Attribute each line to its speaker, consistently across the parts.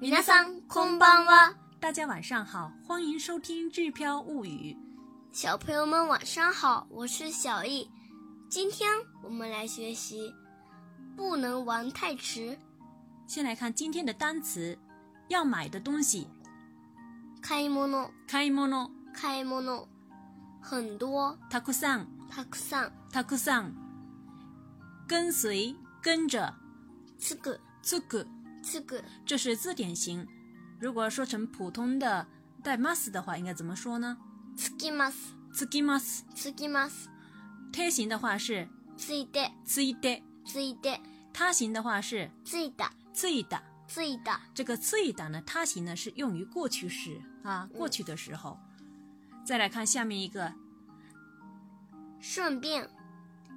Speaker 1: 皆さんこんばんは，
Speaker 2: 大家晚上好，欢迎收听《日飘物语》。
Speaker 1: 小朋友们晚上好，我是小易。今天我们来学习，不能玩太迟。
Speaker 2: 先来看今天的单词，要买的东西，哦
Speaker 1: 買い物、
Speaker 2: 買い物、
Speaker 1: 買い物，很多，
Speaker 2: たくさん、
Speaker 1: たくさん、
Speaker 2: たくさん。跟随、跟着、
Speaker 1: つく、
Speaker 2: つく，
Speaker 1: つく。
Speaker 2: 这是字典型。如果说成普通的带 mas 的话，应该怎么说呢？
Speaker 1: つきます、
Speaker 2: つきます。
Speaker 1: つきます。
Speaker 2: 贴形的话是
Speaker 1: ついて、
Speaker 2: ついて，
Speaker 1: ついて、
Speaker 2: 他形的话是
Speaker 1: ついた、
Speaker 2: ついた。
Speaker 1: ついた。
Speaker 2: 这个次一打呢，它形呢是用于过去时啊，过去的时候。再来看下面一个，
Speaker 1: 顺便、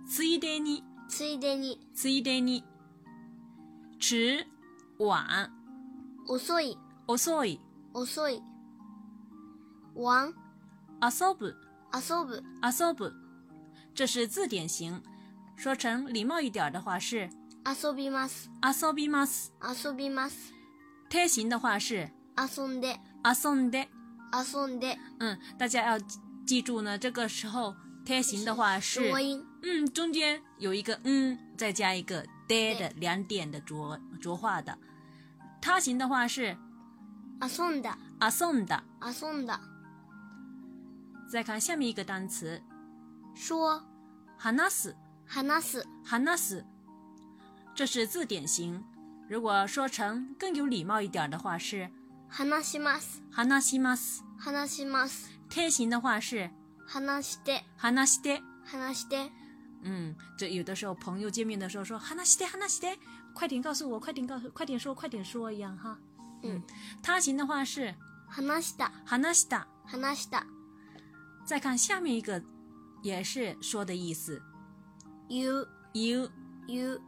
Speaker 2: ついでに，
Speaker 1: ついでに、
Speaker 2: ついでに，迟、晚、
Speaker 1: 遅い、
Speaker 2: 遅い、
Speaker 1: 遅い。玩、
Speaker 2: 遊ぶ、
Speaker 1: 遊ぶ、
Speaker 2: 遊ぶ，这是字典型。说成礼貌一点的话是
Speaker 1: 遊びます、
Speaker 2: 遊びます，
Speaker 1: 遊びます。
Speaker 2: 贴形的话是
Speaker 1: 遊んで、
Speaker 2: 遊んで。
Speaker 1: 遊んで。
Speaker 2: 嗯，大家要记记住呢，这个时候贴形的话是
Speaker 1: 浊音。
Speaker 2: 嗯，中间有一个嗯，再加一个 d 的两点的浊浊化的。他形的话是
Speaker 1: 遊んだ、
Speaker 2: 啊送的。
Speaker 1: 遊んだ。
Speaker 2: 再看下面一个单词，
Speaker 1: 说、
Speaker 2: 哈纳斯，
Speaker 1: 話す、
Speaker 2: 哈纳斯，这是字典型。如果说成更有礼貌一点的话是
Speaker 1: 話します、
Speaker 2: 哈纳西马斯，
Speaker 1: 話します。
Speaker 2: 贴形的话是
Speaker 1: 話して、
Speaker 2: 哈纳西的。
Speaker 1: 話して。
Speaker 2: 嗯，这有的时候朋友见面的时候说哈纳西的哈纳西的，快点告诉我，快点告诉，快点说，快点说一样哈。
Speaker 1: 嗯，
Speaker 2: 他形的话是
Speaker 1: 話した、
Speaker 2: 哈纳西达。
Speaker 1: 話した。
Speaker 2: 再看下面一个，也是说的意思。
Speaker 1: 言う、
Speaker 2: you
Speaker 1: 言う。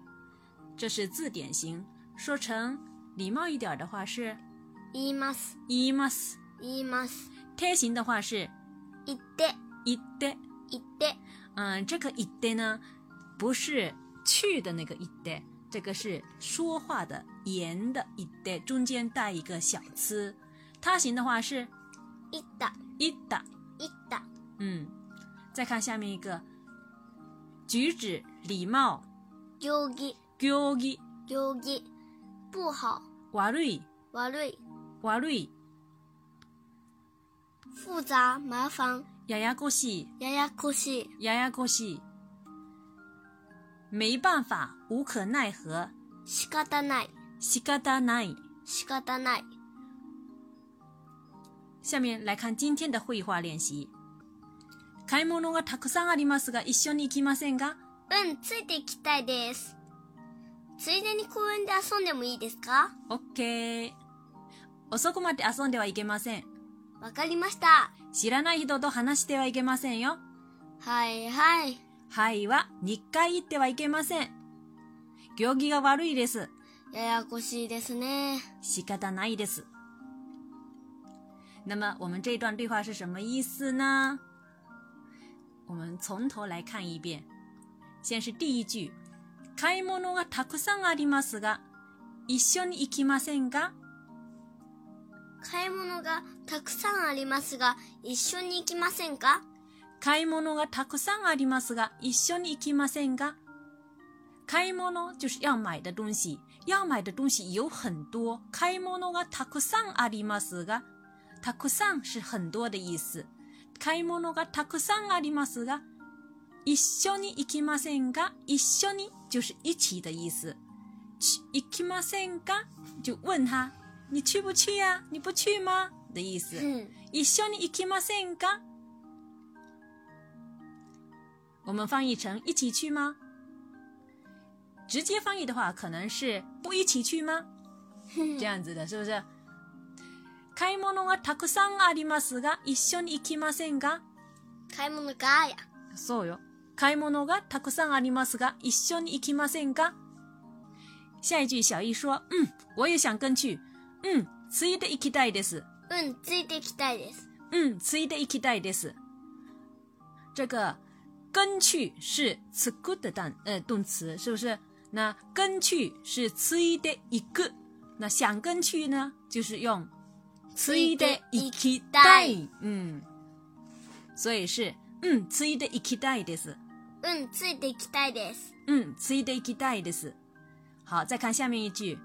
Speaker 2: 这是字典型，说成礼貌一点的话是
Speaker 1: 言います、
Speaker 2: います，
Speaker 1: 言います。
Speaker 2: 贴形的话是
Speaker 1: 言って、
Speaker 2: いって。
Speaker 1: 言って。
Speaker 2: 嗯，这个いって呢，不是去的那个いって，这个是说话的言的いって，中间带一个小呲。他形的话是
Speaker 1: 行った、
Speaker 2: いった。
Speaker 1: 行った。
Speaker 2: 嗯，再看下面一个，举止礼貌，
Speaker 1: 行儀、
Speaker 2: 行儀
Speaker 1: 行儀。不好、
Speaker 2: 悪い。
Speaker 1: 悪い。
Speaker 2: 悪い、
Speaker 1: 複雑、麻煩。
Speaker 2: ややこしい、
Speaker 1: ややこしい。
Speaker 2: ややこしい。没办法、无可奈何、
Speaker 1: 仕方ない、
Speaker 2: 仕方ない。
Speaker 1: 仕方ない。
Speaker 2: 下面来看今天的绘画练习。買い物がたくさんありますが、一緒に行きませんが
Speaker 1: うん、ついていきたいです。ついでに公園で遊んでもいいですか
Speaker 2: ?OK。遅くまで遊んではいけません。
Speaker 1: わかりました。
Speaker 2: 知らない人と話してはいけませんよ。
Speaker 1: はいはい。
Speaker 2: はいは、2回言ってはいけません。行儀が悪いです。
Speaker 1: ややこしいですね。
Speaker 2: 仕方ないです。那么我们这一段对话是什么意思呢？我们从头来看一遍。先是第一句，買い物がたくさんありますが、一緒に行きませんか？
Speaker 1: 買い物がたくさんありますが、一緒に行きませんか
Speaker 2: 買い物がたくさんありますが、一緒に行きませんか？買い物就是要买的东西，要买的东西有很多。買い物がたくさんありますが，たくさん是很多的意思。買い物がたくさんありますが，一緒に行きませんか？一緒に就是一起的意思。去行きませんか？就问他，你去不去呀、你不去吗？的意思。
Speaker 1: うん。
Speaker 2: 一緒に行きませんか？我们翻译成一起去吗？直接翻译的话，可能是不一起去吗？这样子的，是不是？買い物がたくさんありますが、一緒に行きませんか？
Speaker 1: 買い物がや。
Speaker 2: そうよ。買い物がたくさんありますが、一緒に行きませんか？下一句，小易说：“嗯，我也想跟去。嗯，ついで行きたいです。”
Speaker 1: うん、ついていきたいです。
Speaker 2: 嗯，ついで行きたいです。这个跟去是つく的动呃动词，是不是？那跟去是ついで行く，那想跟去呢就就是用つ
Speaker 1: い
Speaker 2: い
Speaker 1: で
Speaker 2: で
Speaker 1: い
Speaker 2: い
Speaker 1: き
Speaker 2: き
Speaker 1: た
Speaker 2: た
Speaker 1: い
Speaker 2: い。嗯，所以是嗯ついでいきたいです。
Speaker 1: 嗯，ついていきたいです。
Speaker 2: 嗯，ついでいきたいです。好，再看下面一句。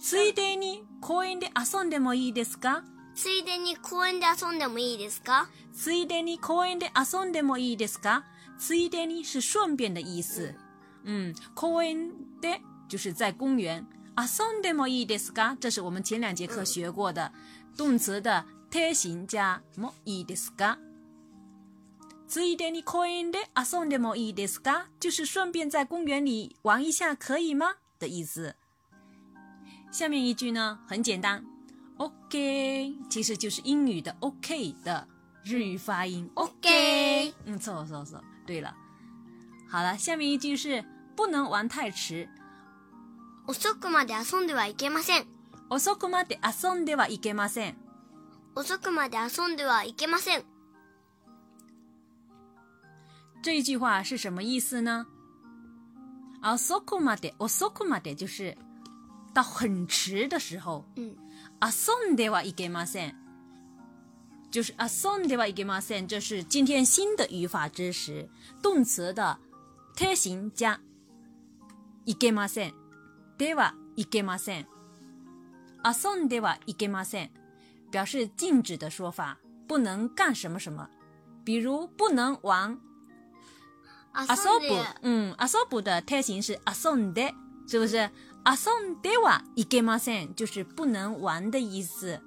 Speaker 2: ついでに公園で遊んでもいいですか？
Speaker 1: ついでに公園で遊んでもいいですか？
Speaker 2: ついでに公園で遊んでもいいですか？ついでに是顺便的意思。嗯，公园で就是在公园。遊んでもいいですか？这是我们前两节课学过的、动词的贴形加もいいですか？ついでに公園で遊んでもいいですか？就是顺便在公园里玩一下可以吗？的意思。下面一句呢很简单，OK，其实就是英语的 OK 的日语发音
Speaker 1: OK
Speaker 2: 嗯，错错错，对了。好了，下面一句是不能玩太迟。
Speaker 1: 遅くまで遊んではいけません。
Speaker 2: 遅くまで遊んではいけません。
Speaker 1: 遅くまで遊んではいけません。
Speaker 2: 这一句话是什么意思呢？遅くまで、遅くまで就是到很迟的时候。
Speaker 1: 嗯，
Speaker 2: 遊んではいけません，就是遊んではいけません，这是今天新的语法知识，动词的贴形加いけません，ではいけません，遊んではいけません，表示禁止的说法，不能干什么什么，比如不能玩
Speaker 1: 遊
Speaker 2: 遊
Speaker 1: 啊んで
Speaker 2: 嗯ぶ，嗯，遊ぶ的贴形是遊んで，是不是？遊んではいけません，就是不能玩的意思。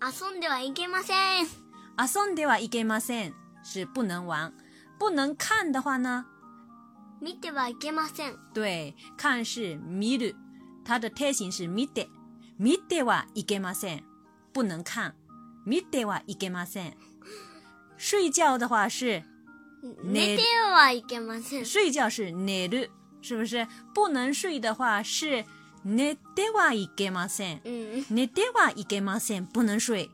Speaker 1: 遊んではいけません。
Speaker 2: 遊んではいけません是不能玩，不能看的话呢？
Speaker 1: 見てはいけません。
Speaker 2: 对，看是見る，它的贴形是見て，見てはいけません，不能看。見てはいけません。睡觉的话是
Speaker 1: 寝てはいけません。
Speaker 2: 睡觉是寝る，是不是？不能睡的话是寝てはいけません。
Speaker 1: 嗯，
Speaker 2: 寝てはいけません，不能睡，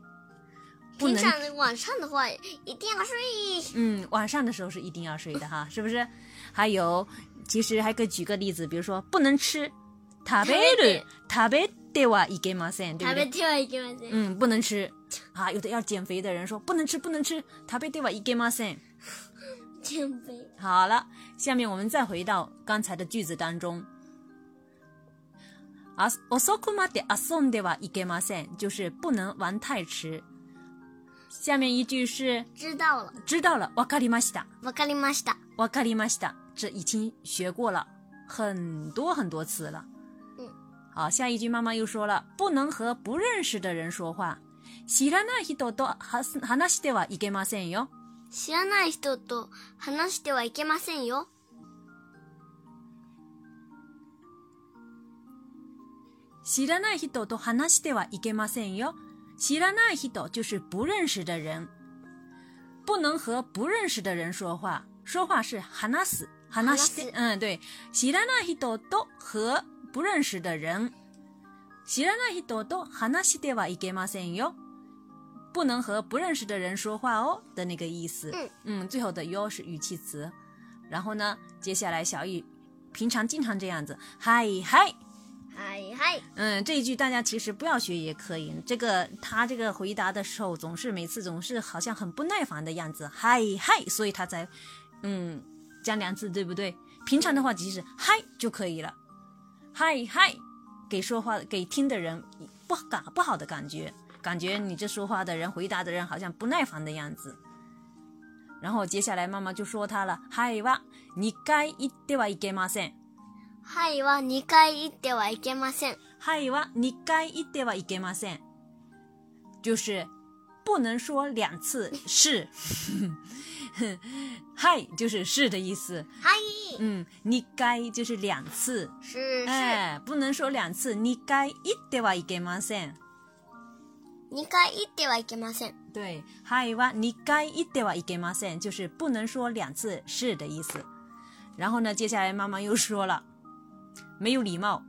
Speaker 2: 不
Speaker 1: 平
Speaker 2: 能。
Speaker 1: 常晚上的话一定要睡。
Speaker 2: 嗯，晚上的时候是一定要睡的哈，是不是？还有，其实还可以举个例子，比如说不能吃，食べる、食べてはいけません，对不
Speaker 1: 食べ
Speaker 2: 对？
Speaker 1: てはいけません。
Speaker 2: 嗯，不能吃啊。有的要减肥的人说不能吃，不能吃，食べてはいけません。
Speaker 1: 减肥。
Speaker 2: 好了，下面我们再回到刚才的句子当中。啊，遅くまで遊んではいけません，就是不能玩太迟。下面一句是
Speaker 1: 知道了，
Speaker 2: 知道了，わかりました。
Speaker 1: わかりました。
Speaker 2: わかりました。这已经学过了很多很多次了。
Speaker 1: 嗯，
Speaker 2: 好，下一句妈妈又说了，不能和不认识的人说话。知らない人とは話してはいけませんよ。
Speaker 1: 知らない人と話してはいけませんよ。
Speaker 2: 知らない人と話してはいけませんよ。知らない人就是不认识的人，不能和不认识的人说话。说话是話す，話して
Speaker 1: 話す，
Speaker 2: 嗯，对。知らない人と和不认识的人，知らない人と話してはいけませんよ。不能和不认识的人说话哦的那个意思。
Speaker 1: 嗯
Speaker 2: 嗯，最后的 yo 是语气词。然后呢，接下来小雨平常经常这样子，嗨嗨。
Speaker 1: はいはい。
Speaker 2: 嗯，这一句大家其实不要学也可以。这个他这个回答的时候，总是每次总是好像很不耐烦的样子，嗨嗨，所以他才嗯讲两次，对不对？平常的话只是嗨就可以了，嗨嗨，给说话给听的人不感不好的感觉，感觉你这说话的人回答的人好像不耐烦的样子。然后接下来妈妈就说他了，嗨哇，你该一对吧？一给ません。
Speaker 1: はいは2回言ってはいけません。
Speaker 2: はいは二回言ってはいけません。就是不能说两次是。はい就是是的意思。
Speaker 1: はい。
Speaker 2: 嗯，二回就是两次。
Speaker 1: 是是。
Speaker 2: 哎，不能说两次。二回言ってはいけません。
Speaker 1: 2回言ってはいけません。
Speaker 2: 对，はいは二回言ってはいけません，就是不能说两次是的意思。然后呢，接下来妈妈又说了，没有礼貌。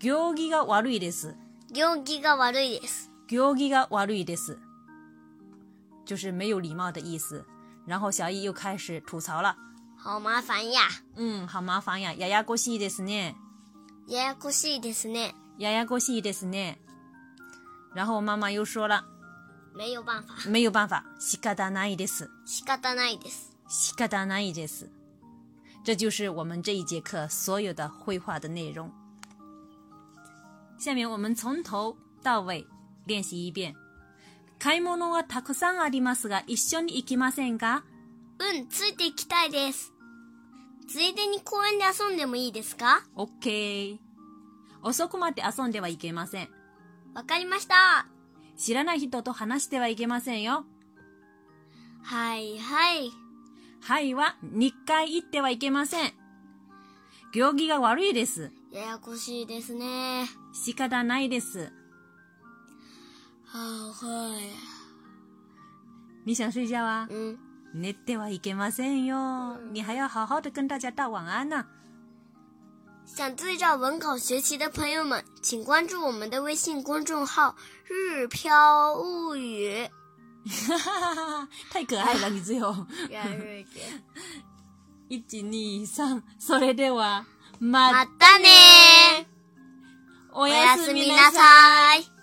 Speaker 2: 行儀が悪いです。
Speaker 1: 行儀が悪いです。
Speaker 2: 行儀が悪いです，就是没有礼貌的意思。然后小易又开始吐槽了，
Speaker 1: 好麻烦や。
Speaker 2: 嗯，好麻烦呀，ややこしいですね，
Speaker 1: ややこしいですね。
Speaker 2: ややこしいですね。然后妈妈又说了，
Speaker 1: 没有办法，
Speaker 2: 没有办法，仕方ないです。
Speaker 1: 仕方ないです。
Speaker 2: 仕方ないです。这就是我们这一节课所有的绘画的内容。下面我们从头到尾练习一遍。買い物はたくさんありますが、一緒に行きませんか
Speaker 1: うん、ついていきたいです。ついでに公園で遊んでもいいですか
Speaker 2: ?OK。遅くまで遊んではいけません。
Speaker 1: わかりました。
Speaker 2: 知らない人と話してはいけませんよ。
Speaker 1: はいはい。
Speaker 2: はいは2回行ってはいけません。行儀が悪いです。
Speaker 1: ややこしいですね。
Speaker 2: 仕方ないです。
Speaker 1: はあ、はい。
Speaker 2: 你想睡觉啊？
Speaker 1: うん。
Speaker 2: 寝てはいけませんよ。你还要好好的跟大家道晚安 呢、
Speaker 1: 想对照文稿学习的朋友们，请关注我们的微信公众号“日飘物 语
Speaker 2: 哈哈哈哈太可爱了，你只有”。
Speaker 1: 日语。
Speaker 2: 一、二、三。それでは、ま
Speaker 1: またねー。
Speaker 2: お
Speaker 1: お
Speaker 2: や
Speaker 1: や
Speaker 2: す
Speaker 1: す
Speaker 2: み
Speaker 1: みな
Speaker 2: なさい。
Speaker 1: さい。